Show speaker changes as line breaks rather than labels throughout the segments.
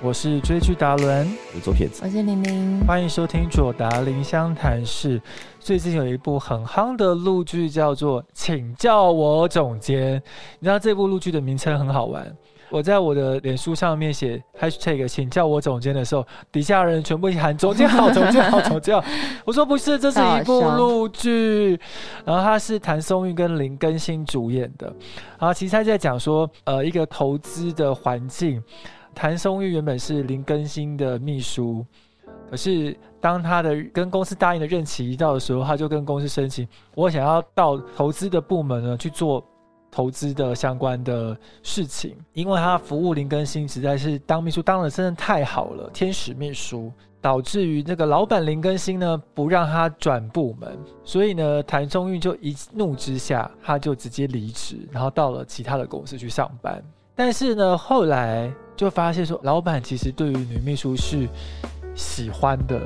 我是追剧达伦，
我做骗子，
我是玲玲。
欢迎收听左达林湘谈室。最近有一部很夯的陆剧叫做《请叫我总监》，你知道这部陆剧的名称很好玩。我在我的脸书上面写 hashtag 请叫我总监的时候，底下人全部喊总监好，总监好，总监好。我说不是，这是一部陆剧，然后它是谭松韵跟林更新主演的。然后其实他在讲说，呃，一个投资的环境。谭松韵原本是林更新的秘书，可是当他的跟公司答应的任期一到的时候，他就跟公司申请，我想要到投资的部门呢去做投资的相关的事情，因为他服务林更新实在是当秘书当的真的太好了，天使秘书，导致于那个老板林更新呢不让他转部门，所以呢谭松韵就一怒之下，他就直接离职，然后到了其他的公司去上班。但是呢，后来就发现说，老板其实对于女秘书是喜欢的。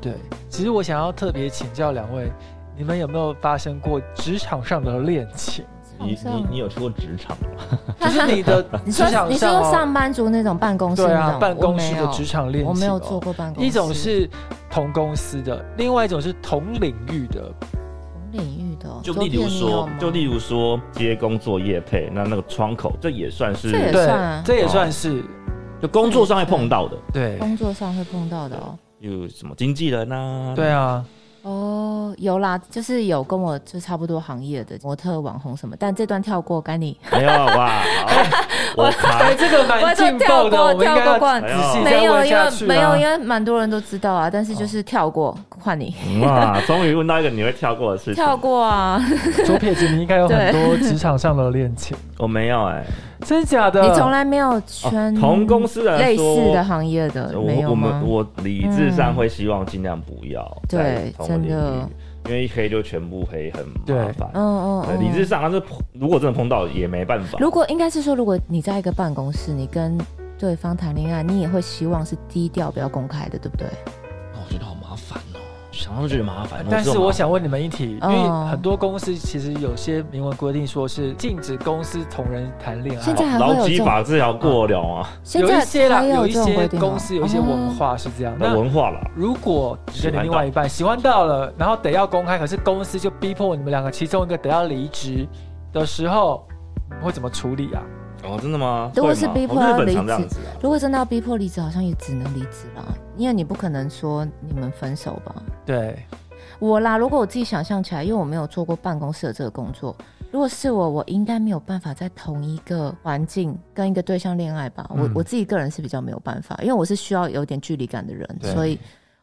对，其实我想要特别请教两位，你们有没有发生过职场上的恋情？
你你你有去过职场吗？
就是 你的
你
职
说
场
你说
上、哦，
上班族那种办公室
对
那
啊，
种，
办
我
公
没
室的
有，
职场恋情、哦，
我没有做过办公室。
一种哦是同公司的，另外一种是同领域的。
同领域的哦，
就
周
例
边
如
你有
说
吗，
就例如说接工作业配，那那个窗口，这也算是
这也
对
算啊，
这也算是、
就工作上会碰到的，
哦对
工作上会碰到的哦。
有什么经纪人啊？
对啊，
哦，有啦，就是有跟我就差不多行业的模特、网红什么，但这段跳过，该你。
没有啊哇，好我
哎、
才
这个
我
蛮
还说
劲爆的，
跳过
我们应该
跳过
要
冠
仔细
没
再
有，
问
因
下去、
为
啊。哦
没有，因为蛮多人都知道啊，但是就是跳过，换你
哇，终于问到一个你会跳过的事情。
跳，过啊。
左撇子，你应该有很多职场上的恋情，
我没有哎。
真假的？
你从来没有圈
哦同公司的人
类
说
似的行业的，呃没
我
有
我
吗嗯
们？我理智上会希望尽量不要在
对
同一个
真的
领域，因为一黑就全部黑很麻烦。
嗯嗯
对
嗯，
理智上，但是碰如果真的碰到也没办法。
如果应该是说，如果你在一个办公室，你跟对方谈恋爱，你也会希望是低调，不要公开的，对不对？
那我觉得好麻烦哦，想到就觉得麻烦
但是我，想问你们一题，因
哦
为很多公司其实有些明文规定说是禁止公司同人谈恋
现在
爱，
还会
哦劳
有这
基
种，
法治疗过了啊，
现
有
在
一些啦，
还
有一
这种
些
规定哦
公司有一些文化是这样。
那
那
文化了。
如果你跟你另外一半喜欢到了，然后得要公开，可是公司就逼迫你们两个其中一个得要离职的时候，你们会怎么处理啊？
哦，真的吗？
如果
会
是
吗
逼
哦
迫要
日本
离
常这样
职
子啊。
如果真的要逼迫离职，好像也只能离职啦，因为你不可能说你们分手吧。
对，
我啦，如果我自己想象起来，因为我没有做过办公室的这个工作，如果是我，我应该没有办法在同一个环境跟一个对象恋爱吧。我、
嗯
我自己个人是比较没有办法，因为我是需要有点距离感的人，
对
所以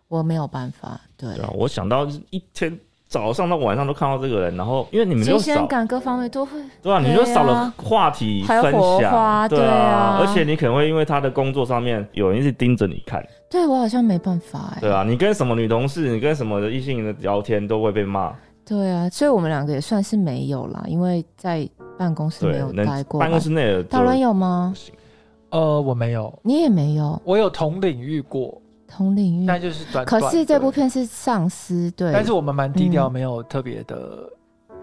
我没有办法。对，
对啊，我想到一天早上到晚上都看到这个人，然后因为你们就
新鲜
少，
感各方面都会
对啊，
对啊
你就少了话题
还有
分
火
享，
花对啊
而且你可能会因为他的工作上面有人一直盯着你看，
对我好像没办法哎、
对啊，你跟什么女同事，你跟什么异性的聊天都会被骂，
对啊，所以我们两个也算是没有啦，因为在办公室没
对
有，
那
待过吧。
办公室内的
讨论有吗
不？行，
呃，我没有，
你也没有
我有同领域过，
同领域，
但就是短短
可
的。
是这部片是上司对，
但是我们蛮低调，
嗯
没有特别的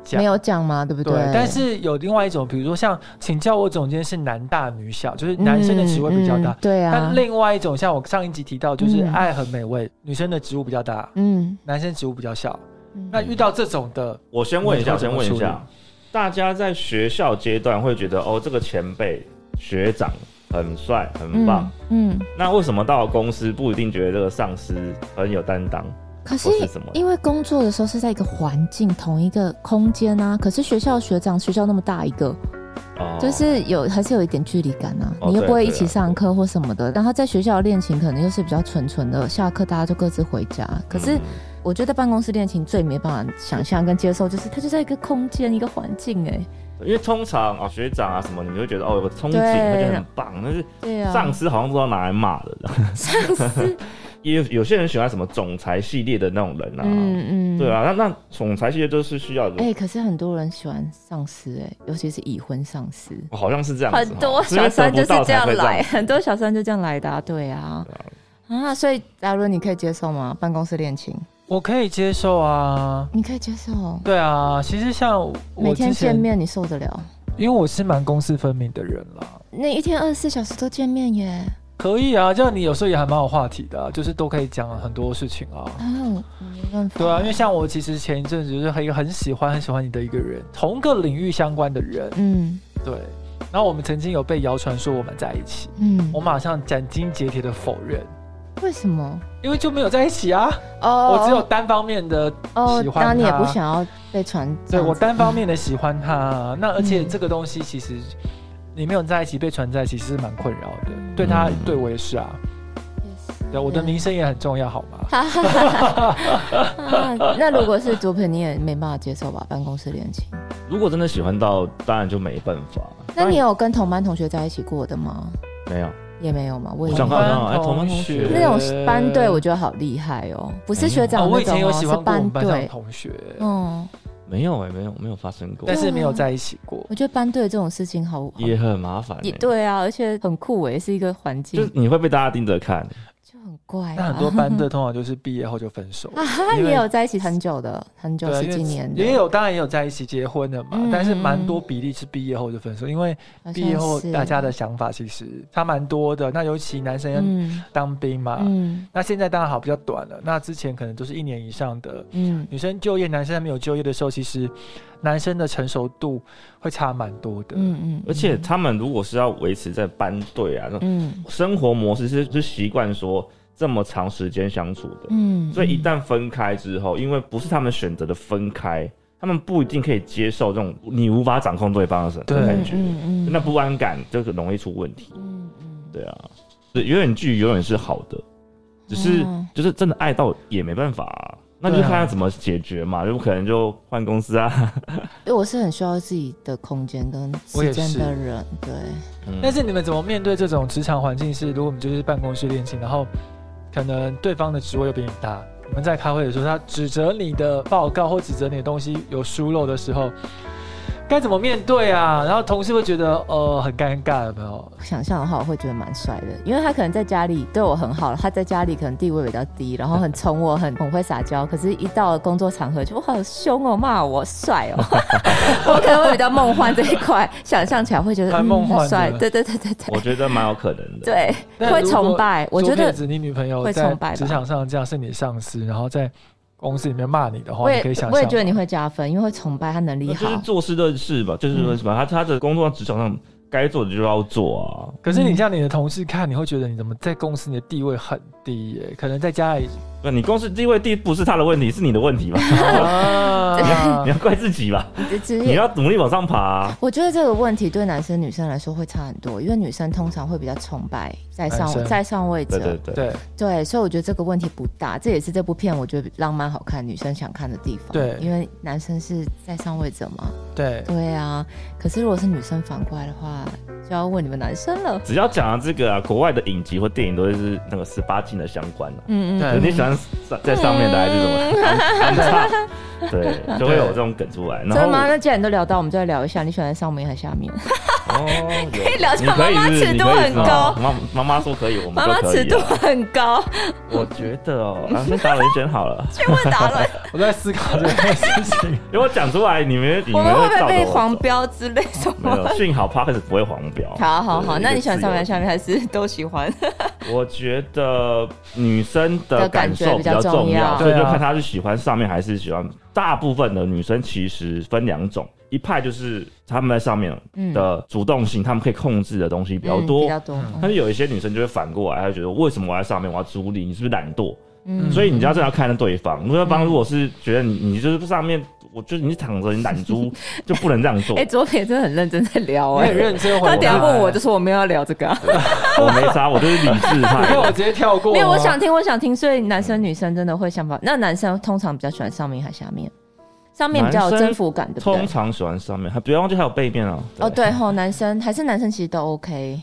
讲。
没有讲嘛，对不嗯
对，但是有另外一种，比如说像请叫我总监是男大女小，就是男生的职位比较大。
嗯嗯对啊
但，另外一种，像我上一集提到，就是
嗯
爱很美味，女生的职务比较大，
嗯，
男生职务比较小。
嗯
那遇到这种的，
我先问一下，
没
我
错
先问一
怎么处
下，大家在学校阶段会觉得哦，这个前辈学长很帅很棒，，
嗯，嗯
那为什么到了公司不一定觉得这个上司很有担当？
可是
或是什么
因为工作的时候是在一个环境、同一个空间啊，可是学校学长学校那么大一个，
哦，
就是有还是有一点距离感啊，
哦
你又
对
不会
对
一起
啊
上课或什么的。然后在学校的恋情可能又是比较纯纯的，下课大家就各自回家。可是
嗯
我觉得办公室恋情最没办法想象跟接受，就是它就在一个空间、一个环境，哎，
因为通常啊、学长啊什么，你会觉得哦有个憧憬，
对
会觉得很棒，但是
对啊，
上司好像不知道拿来骂的。
上 司，
也 有有些人喜欢什么总裁系列的那种人啊，
嗯嗯，
对啊，那那总裁系列就是需要
哎、可是很多人喜欢上司、哎，尤其是已婚上司，
好像是这样子哦，
很多
这边
小
得
三
不
就是
到
这
才会
样
这
来，
样。
很多小三就这样来的、啊，对啊，啊，所以达伦，你可以接受吗？办公室恋情，
我可以接受啊。
你可以接受，
对啊，其实像我
每
之
天见
前，
面你受得了？
因为我是蛮公私分明的人啦。
那一天二十四小时都见面耶，
可以啊，这样你有时候也还蛮有话题的啊、就是都可以讲很多事情啊。
哦，没办法，
对啊，因为像我其实前一阵子就是一个很喜欢很喜欢你的一个人，同个领域相关的人，
嗯
对。然后我们曾经有被谣传说我们在一起，
嗯
我，马上斩钉截铁的否认，
为什么？
因为就没有在一起啊，
哦
我只有单方面的，
哦
喜，欢
那你也
他
不想要被传，
对我单方
面，
面的喜欢他啊、那而且
嗯
这个东西其实你没有在一起被传在一起是蛮困扰的，对他
嗯
对我也是啊，
也是
对我的名声也很重要，好吗？
哈哈哈哈哈！啊那如果是毒品，你也没办法接受吧？办公室恋情？
如果真的喜欢到，当然就没办法。
那你有跟同班同学在一起过的吗？
没有，
也没有吗？
嗯
我也
我
没
想
有
看看哎同班同学
那种班队，我觉得好厉害哦，不是学
哦
长
我
那
以前
种
有
哦，
喜
是
欢过我
班
们班上的
队。
同学，
嗯，
没有哎、没有没有发生过
但，是没有在一起过。
我觉得班队这种事情好，好
也很麻烦、欸。
也，对啊，而且很酷诶，是一个环
就
境
是，你会被大家盯着看，
就很怪
嗯那
啊。
很多班队通常就是毕业后就分手了，
啊哈，
因为
也有在一起很久的，很久
对，啊
十
因为
几年的，
也有，当然也有在一起结婚的嘛，
嗯
但是蛮多比例是毕业后就分手，因为
好像
毕业后
是
大家的想法其实差蛮多的。那尤其男生
嗯
当兵嘛，
嗯
那现在当然好比较短了，那之前可能都是一年以上的。
嗯
女生就业，男生还没有就业的时候，其实男生的成熟度会差蛮多的。
嗯嗯，
而且他们如果是要维持在班队啊，那种
嗯
生活模式是是习惯说这么长时间相处的，
嗯，
所以一旦分开之后，因为不是他们选择的分开，他们不一定可以接受这种你无法掌控对方的什
对
么感
嗯
觉，
嗯嗯，
那不安感就很容易出问题。
嗯嗯，
对啊，是远距永远是好的，只是
哦
就是真的爱到也没办法啊、那就
对啊
看他怎么解决嘛，有可能就换公司啊。
因为我是很需要自己的空间跟
我也
时间
是
的人，对，
嗯
但是你们怎么面对这种职场环境是？如果我们就是办公室恋情，然后可能对方的职位又比你大，你们在开会的时候，他指责你的报告或指责你的东西有疏漏的时候，该怎么面对啊？然后同事会觉得呃很尴尬，有没有？
想象的话，我会觉得蛮帅的，因为他可能在家里对我很好，他在家里可能地位比较低，然后很宠我，很很会撒娇。可是，一到了工作场合就哇好凶哦，骂我帅 哦，我可能会比较梦幻这一块，想象起来会觉得
蛮
嗯
梦幻的
很帅， 对对对对
我
对
觉得蛮有可能的。
对，
那
会
如果
崇拜。我觉
左撇
得
子你女朋友
会
在
崇拜吧
职场上这样是你上司，然后在公司里面骂你的话，
我
你
也
可以想象吗。
我也觉得你会加分，因为会崇拜他能力
那
好嗯
就是。做事论事吧，就是说什么他他的工作职场上该做的就要做啊。
可是你像你的同事看，你会觉得你怎么在公司你的地位很低耶、可能在家 里
那你公司地位低不是他的问题，是你的问题吧？
啊
你，要怪自己 吧，
这这
你要努力往上爬 啊。
我觉得这个问题对男生女生来说会差很多，因为女生通常会比较崇拜在
男生
上在上位者，
对对对，
对。
对，所以我觉得这个问题不大，这也是这部片我觉得浪漫好看，女生想看的地方。
对
因为男生是在上位者嘛。
对，
对啊，可是如果是女生反过来的话，就要问你们男生了。
只要讲到这个啊，国外的影集或电影都是那个十八禁的相关的、
嗯
对
啊。你喜欢在在上面的还是什么？安安 插对，就会有这种梗出来。然
真的吗？
后
那既然都聊到，我们就来聊一下，你喜欢上面还是下面？
哦， 有
以聊 到
你可以
妈妈
是
尺度很
你
高
可以是吗妈妈妈说可以，我们
妈
都
妈
可
尺
以
度
啊。
很高，
我觉得哦，啊，那打人选好了，
去问达 伦，
我在思考这件事情。
如果讲出来，你们你
我们会
会
不会
照着
被
我
黄
走
标之类什
没
么？
有，幸好 p a r k e 不会黄标。
好好好，
对
那你喜欢上面还是？
一个自由
下面，还是都喜欢？
我觉得女生的
的感
感
觉
受
比
比较
较重
重
要
要，所以就
对啊
看她是喜欢上面还是喜欢。大部分的女生其实分两种，一派就是她们在上面
嗯
的主动性，她们可以控制的东西比
比
较
嗯比
多。
较多。
但是有一些女生就会反过来，她就觉得为什么我在上面，我要处理，你是不是懒惰？
嗯
所以你要这样看着对方，对方如果是觉得你你就是上面，我就是你躺着你懒猪，就不能这样做
哎，。左撇真的很认真在欸聊
我
哎
很。认真回
他
答。
等一下问我，就说我没有要聊这个、啊，
我没啥，我就是理智
你
派
看我
的。
直接跳过。啊
没有，我想听，我想听。所以男生女生真的会想法，那男生通常比较喜欢上面还是下面？上面比较有征服感，对不
通
对？
常喜欢上面，还不要忘记还有背面哦。
哦，对吼，男生还是男生其实都 OK。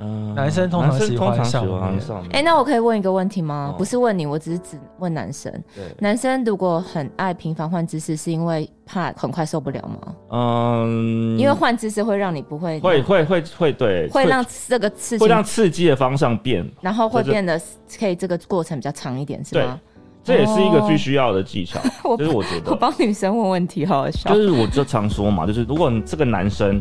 嗯
男生通常
男生通常
喜欢上
喜
面
欢上面。
哎、那我可以问一个问题
哦
吗？不是问你，我只是只问男生。
对
男生如果很爱频繁换姿势，是因为怕很快受不了吗？
嗯，
因为换姿势会让你不会
会会会会对，
会让这个刺
会
激，
让刺激的方向变，
然后会
就是
变得可以这个过程比较长一点，是
对
吗？
这也是一个最需要的技巧。
哦 我
就是我觉
我
得，
帮女生问问题，好好笑
就。是我就常说嘛，就是如果你这个男生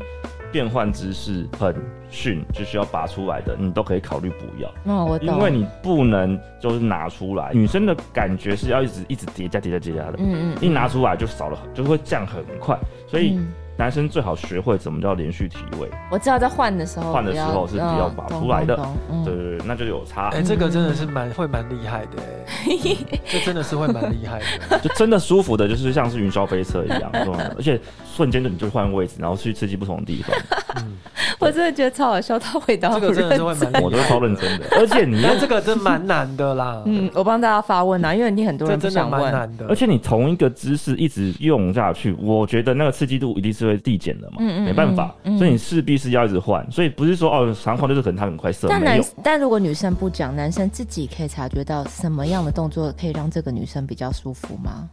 变换知识很逊，就是要拔出来的，你都可以考虑不要。
那、我懂，
因为你不能就是拿出来，女生的感觉是要一直一直叠加叠加叠加的，
嗯嗯，
一拿出来就少了很，就是会降很快。所以
嗯
男生最好学会怎么叫连续体位。
我知道在换的时候不要，
换的时候是比较拔出来的
嗯懂懂懂嗯
对对对，那就有差
哎、，这个真的是蛮会蛮厉害 的、欸，这真的是会蛮厉害的。
就真的舒服的，就是像是云霄飞车一 样，对吧而且瞬间就你就换位置，然后去刺激不同的 地方，
嗯，
我真的觉得超好笑，他回答
这
不
个真的
认
是会
真。
蛮厉害
我都超认真 的。而且你要
但这个真蛮难的啦，
嗯，我帮大家发问啊，
嗯
因为一定很多
这
人不
真的
想
蛮
问。
难的。
而且你同一个姿势一直用下去，我觉得那个刺激度一定是会递减的嘛，
嗯嗯
没办法，
嗯嗯
所以你势必是要一直换，所以不是说哦长款就是可能它很快射
但
没
男
有，
但如果女生不讲，男生自己可以察觉到什么样的动作可以让这个女生比较舒服吗？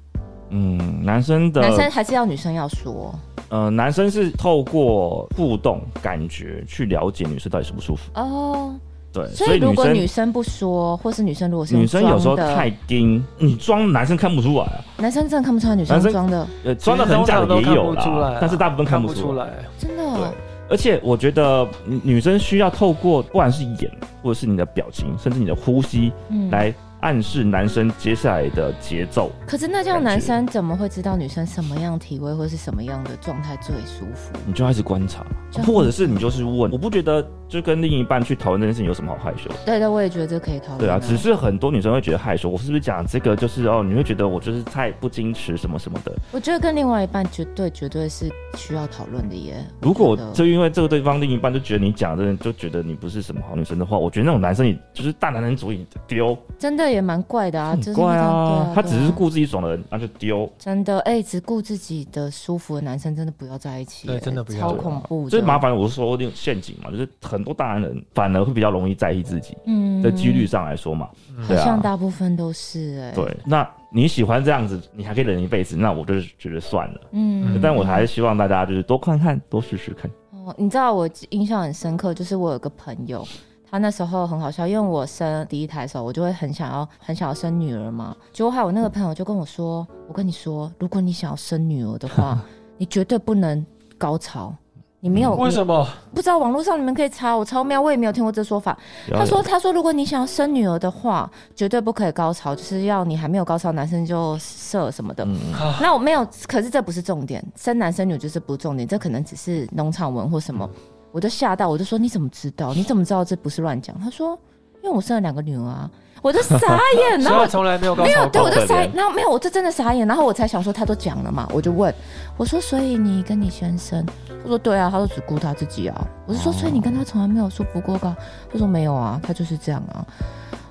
嗯，男生的
男生还是要女生要说
呃男生是透过互动感觉去了解女生到底舒不舒服，
哦。
对，
所以如
女
果女
生。
生不说，或是女生如果是用
女生有时候
装的
太盯，你装男生看不出来啊，
男生真的看不出来女生
男生
装的，
呃，装的很假的也
通常都看
有
不出来啊
啦，但是大部分看
看
不
不
出
出
来。
来，
真的
对
哦。，
而且我觉得女女生需要透过不管是眼，或者是你的表情，甚至你的呼吸，
嗯
来暗示男生接下来的节奏。
可是那这样
感觉
男生怎么会知道女生什么样体位或是什么样的状态最舒服？
你就开始观察
就，
或者是你就是问，我不觉得就跟另一半去讨论这件事情有什么好害羞的。
对对，我也觉得这可以讨论。
对啊，只是很多女生会觉得害羞，我是不是讲这个就是哦，你会觉得我就是太不矜持什么什么的。
我觉得跟另外一半绝对绝对是需要讨论的耶。
如果
我觉得
就因为这个对方另一半就觉得你讲的就觉得你不是什么好女生的话，我觉得那种男生也就是大男人主义丢，
真的也蛮怪的啊，就
很
是
怪
那种对
啊
啊，
他只是
对啊
顾自己爽的人，那就丢。
真的哎、只顾自己的舒服的男生真的不要在一起耶，哎
对真的不要
超恐怖的，
啊
啊
所以麻烦我是说那种陷阱嘛，就是很多大男人反而会比较容易在意自己
嗯
的几率上来说嘛，
好
对
像
啊，
大部分都是哎、
对。那你喜欢这样子，你还可以忍一辈子，那我就是觉得算了。
嗯
但我还是希望大家就是多看看，多试试看。
哦，你知道我印象很深刻，就是我有个朋友，他那时候很好笑，因为我生第一胎的时候，我就会很想要很想要生女儿嘛。结果还有那个朋友就跟我说：“我跟你说，如果你想要生女儿 的话，你绝对不能高潮。”你没有
嗯为
么
什么？
不知道？网络上你们可以查，我超妙，我也没有听过这说法。他说：“他说，如果你想要生女儿的话，绝对不可以高潮，就是要你还没有高潮，男生就射什么的。
嗯，嗯，
啊
那我没有，可是这不是重点，生男生女就是不重点，这可能只是农场文或什么。
嗯
我就吓到，我就说你怎么知道？你怎么知道这不是乱讲？他说因为我生了两个女儿啊，我就傻 眼，
所
然
以
后
他
我
从来啊没有高
没有，
潮
对我
过。
就
啊可
傻
怜，
然后没有，我这真的傻眼，然后我才想说他都讲了嘛，我就问我说所以你跟你先生，他说对啊，他说只顾他自己啊，我就说
哦
所以你跟他从来没有舒服过高，他说没有啊，他就是这样啊，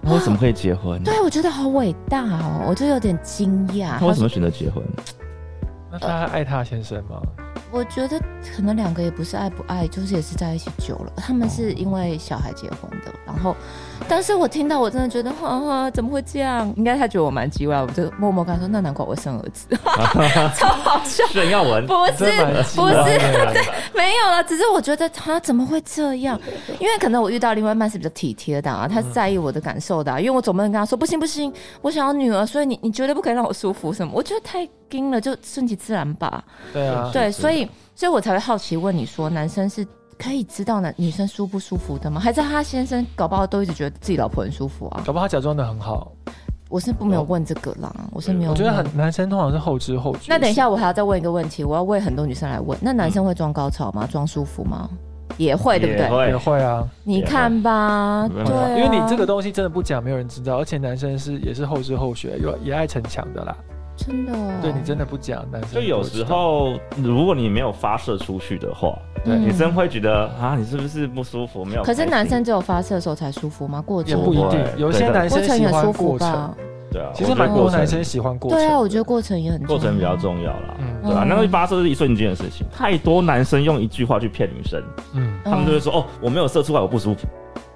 那为什么可以结婚？
对啊我觉得好伟大哦，我就有点惊讶，
他为什么选择结婚？
那他还爱他先生吗？
我觉得可能两个也不是爱不爱，就是也是在一起久了。他们是因为小孩结婚的，然后，但是我听到我真的觉得，哈、哈，怎么会这样？应该他觉得我蛮叽歪，我就默默跟他说，那难怪我生儿子，超好笑。
炫耀文
不是
真蛮奇
不
怪
是
的
没有啦，只是我觉得他怎么会这样？因为可能我遇到另外一半是比较体贴的啊，他是在意我的感受的、啊，因为我总不能跟他说不行不行，我想要女儿，所以你你绝对不可以让我舒服什么，我觉得太硬了，就顺其自然吧。
对啊，
对，
是
所以所以我才会好奇问你说，男生是可以知道男女生舒不舒服的吗？还是他先生搞不好都一直觉得自己老婆很舒服啊？
搞不好他假装的很好。
我是不没有问这个啦，我是没有
哦我觉
问。
得很男生通常是后知后觉。
那等一下，我还要再问一个问题，我要为很多女生来问。那男生会装高潮吗？装舒服吗？也会，对不对？
也
对？
会啊，
你看吧，
也
对
会
啊、
因为你这个东西真的不讲，没有人知道，而且男生是也是后知后觉，有也爱逞强的啦。
真的哦，
对你真的不讲，男生
就有时候，如果你没有发射出去的话，
对
嗯
女生会觉得啊，你是不是不舒服？没有
嗯可
开
是
心。
男生只有发射的时候才舒服吗？过
也
程
不一定，
对
有些男
过
生
程
喜
也
欢
舒服
过程，
吧？
对啊，
其
我
实
觉得
蛮多
过程
男生喜欢过程。
对啊，我觉得过程也很重要
过程比较重要啦。
嗯
对啊，
嗯
那个发射是一瞬间的事情，太多男生用一句话去骗女生，
嗯，
他们就会说哦，我没有射出来，我不舒服。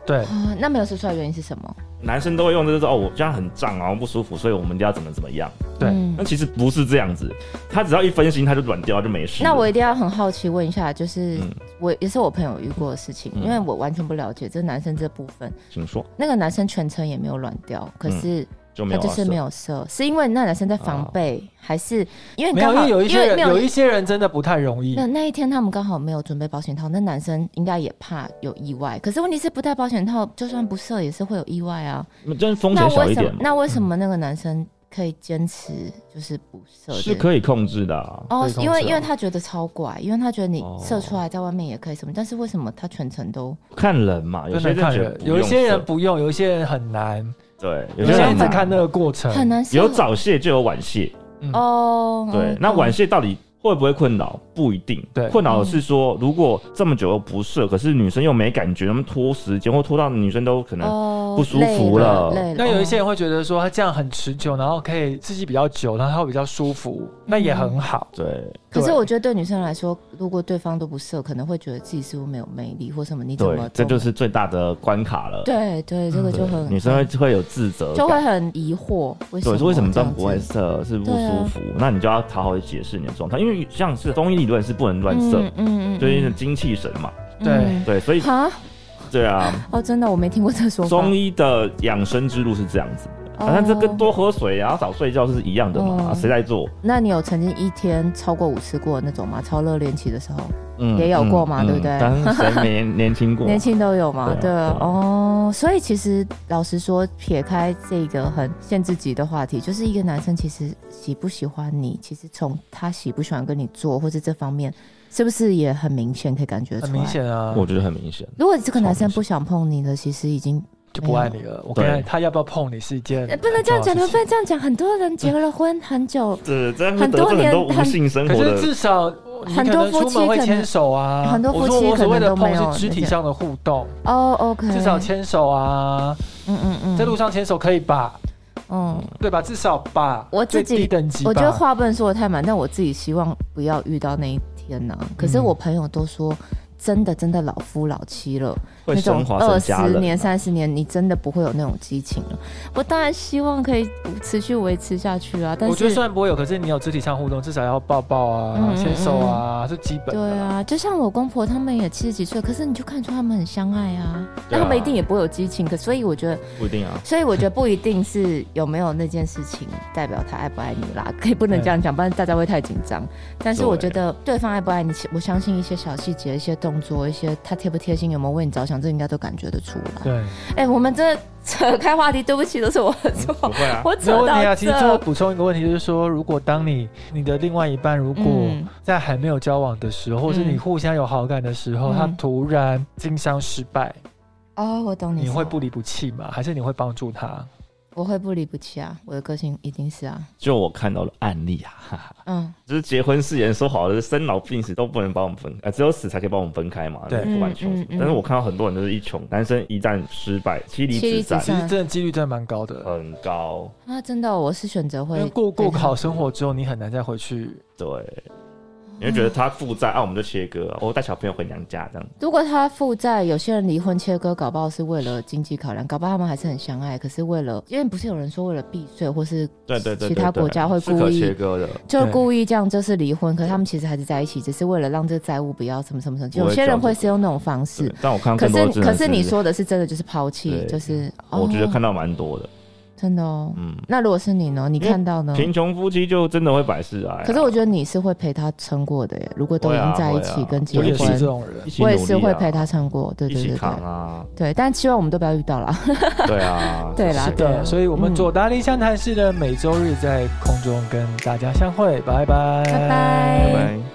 对
嗯。啊那没有射出来的原因是什么？
男生都会用这种哦，我这样很胀啊，我不舒服，所以我们一定要怎么怎么样。
对
嗯
那其实不是这样子，他只要一分心他就软掉，他就没事了。
那我一定要很好奇问一下，就是、
嗯
我也是我朋友遇过的事情，
嗯
因为我完全不了解这男生这部分。
请说，
那个男生全程也没有软掉，可是
就没
他
有啊
就是没
有
有射，是因为那男生在防备，还是因 为
没有，
刚
因
好
为有一些人
没
有
有
一些人真的不太容易
没。有那一天他们刚好没有准备保险套，那男生应该也怕有意外。可是问题是不戴保险套，就算不射也是会有意外啊。
射，真风
那
险小
为
一
什
点
么？
嘛，
那为什么那个男生可以坚持就是不射？
是可以控制的、啊。
哦
可以，控
因为
制啊
因为他觉得超怪，因为他觉得你
哦
射出来在外面也可以什么，但是为什么他全程都
看人嘛，有
真的
些人
看
觉得
人
不，
有一
用
些人
射
不用，有一些人很难，
对，
有
些
些
人
人只
很
看那
难
个过程。
很难射？
有早泄就有晚泄，
嗯
哦，
对
嗯，
那晚
懂
泄到底会不会困扰？不一定。
对
困扰的是说，如果这么久不射，可是女生又没感觉，那么拖时间或拖到女生都可能
哦
不舒服
累
了
了，累了
那有一些
哦
人会觉得说，他这样很持久，然后可以刺激比较久，然后他会比较舒服，那也很好。
对
可是
对
我觉得对女生来说，如果对方都不射，可能会觉得自己是不是没有魅力或什么？你怎么
对，这
都
就是嗯最大的关卡了。
对对，这个就很
女生会会有自责
就会
感。
很疑惑，为什
对，
么
是为什么这样
子啊
不会射？是不舒服？那你就要好好的解释你的状态，因为像是中医理论是不能乱射，
嗯嗯嗯，嗯
就是因为精气神嘛。
对
对，所以
哈
对啊，
哦，真的我没听过这个说法。
中医的养生之路是这样子的，
哦
反正这跟多喝水啊、少睡觉是一样的嘛，
哦
谁在做？
那你有曾经一天超过五次过那种吗？超热恋期的时候，
嗯
也有过嘛对不对
但是谁没年轻过？
年轻都有嘛？
对啊对
对
啊
哦，所以其实老实说，撇开这个很限制级的话题，就是一个男生其实喜不喜欢你，其实从他喜不喜欢跟你做，或是这方面，是不是也很明显可以感觉出
很
来？
明。显啊，
我觉得很明显。
如果这个男生
超
不想碰你的，其实已经
就不爱你了。我
对
跟你讲他要不要碰你是一件
呃不能这样讲，你
很
们
重
不能这样讲。很多人结了婚很久，
这这会
很
得
多
罪很
年
多无
很
性生
要的
活
事可是至
的。
少你可能出门会牵手啊，
很多夫妻可
我
能
说我所谓的
很多夫
碰
妻可能都没有
是肢体上的互动，
哦，OK，
至少牵手啊，
嗯嗯嗯，
在路上牵手可以吧？
嗯，
对吧？至少吧，
我自己
最低等级吧，
我觉得话不能说的太满，但我自己希望不要遇到那一天呐、可是我朋友都说，真的真的老夫老妻了，
会
那种
升华成
二
家人啊
十年、三十年，你真的不会有那种激情了。我当然希望可以持续维持下去啊，但
我觉得
是
虽然不会有，可是你有肢体上互动，至少要抱抱啊、
嗯
牵手啊，是基本的。
对，啊，就像我公婆他们也七十几岁，可是你就看出他们很相爱啊，
对啊
那他们一定也不会有激情。可所以我觉得，
不一定啊。
所以我觉得不一定是有没有那件事情代表他爱不爱你啦，可以不能这样
嗯
讲，不然大家会太紧张。但是我觉得对方爱不爱你，其我相信一些小细节、一些动作、一些他贴不贴心、有没有为你着想，这应该都感觉得出来。
对，
哎、我们这扯开话题，对不起，都是我的
不
错，
会啊，
没
我
有
扯
问
到
题
这。
啊。其实最后补充一个问题，就是说，如果当你你的另外一半如果
嗯
在还没有交往的时候，或是你互相有好感的时候，
嗯
他突然经商失败，
哦，我懂你，
你会不？离不弃吗？还是你会帮助他？
我会不离不弃啊，我的个性一定是啊，
就我看到的案例啊，哈哈
嗯
就是结婚誓言说好的生老病死都不能把我们分，呃，只有死才可以把我们分开嘛，
对
不管穷什么
嗯嗯嗯
但是我看到很多人就是一穷，男生一旦失败，妻离
妻
子
离子
散
其
散
实真的几率真的蛮高的，
很高，
啊，真的哦、我是选择
因
会
为嗯过过考生活之后，你很难再回去。
对。你会觉得他负债啊，我们就切割、啊，我带小朋友回娘家这样。
如果他负债，有些人离婚切割，搞不好是为了经济考量，搞不好他们还是很相爱。可是为了，因为不是有人说为了避税，或是
对对对对
其他
对
国家会
是可
故意
切割的，
就
对
故意这样，就是离婚。可是他们其实还是在一起，只是为了让这个债务不要什么什么什么。
不会
有些
这样
人
子
会是用那种方式
对，但我看到
可
更多
是
的真的
可是你，说的是真的，就是抛弃
对，
就是
我觉得
哦
看到蛮多的，
真的哦。
嗯，
那如果是你呢？你
因为
看到呢？
贫穷夫妻就真的会百事哀啊、
嗯可是我觉得你是会陪他撑过的耶。如果都已
会啊
经在一
会
起
啊
跟结
我也
有
是
点
这
婚，
种人
一，起
我也
努
是
力
会
啊
陪他撑过。对
一
对
起
对
扛
对
啊，
对，但希望我们都不要遇到啦。
对啊，
对啦
是的，嗯所以我们左达理湘潭市呢，每周日在空中跟大家相会，拜拜，
拜拜
拜拜。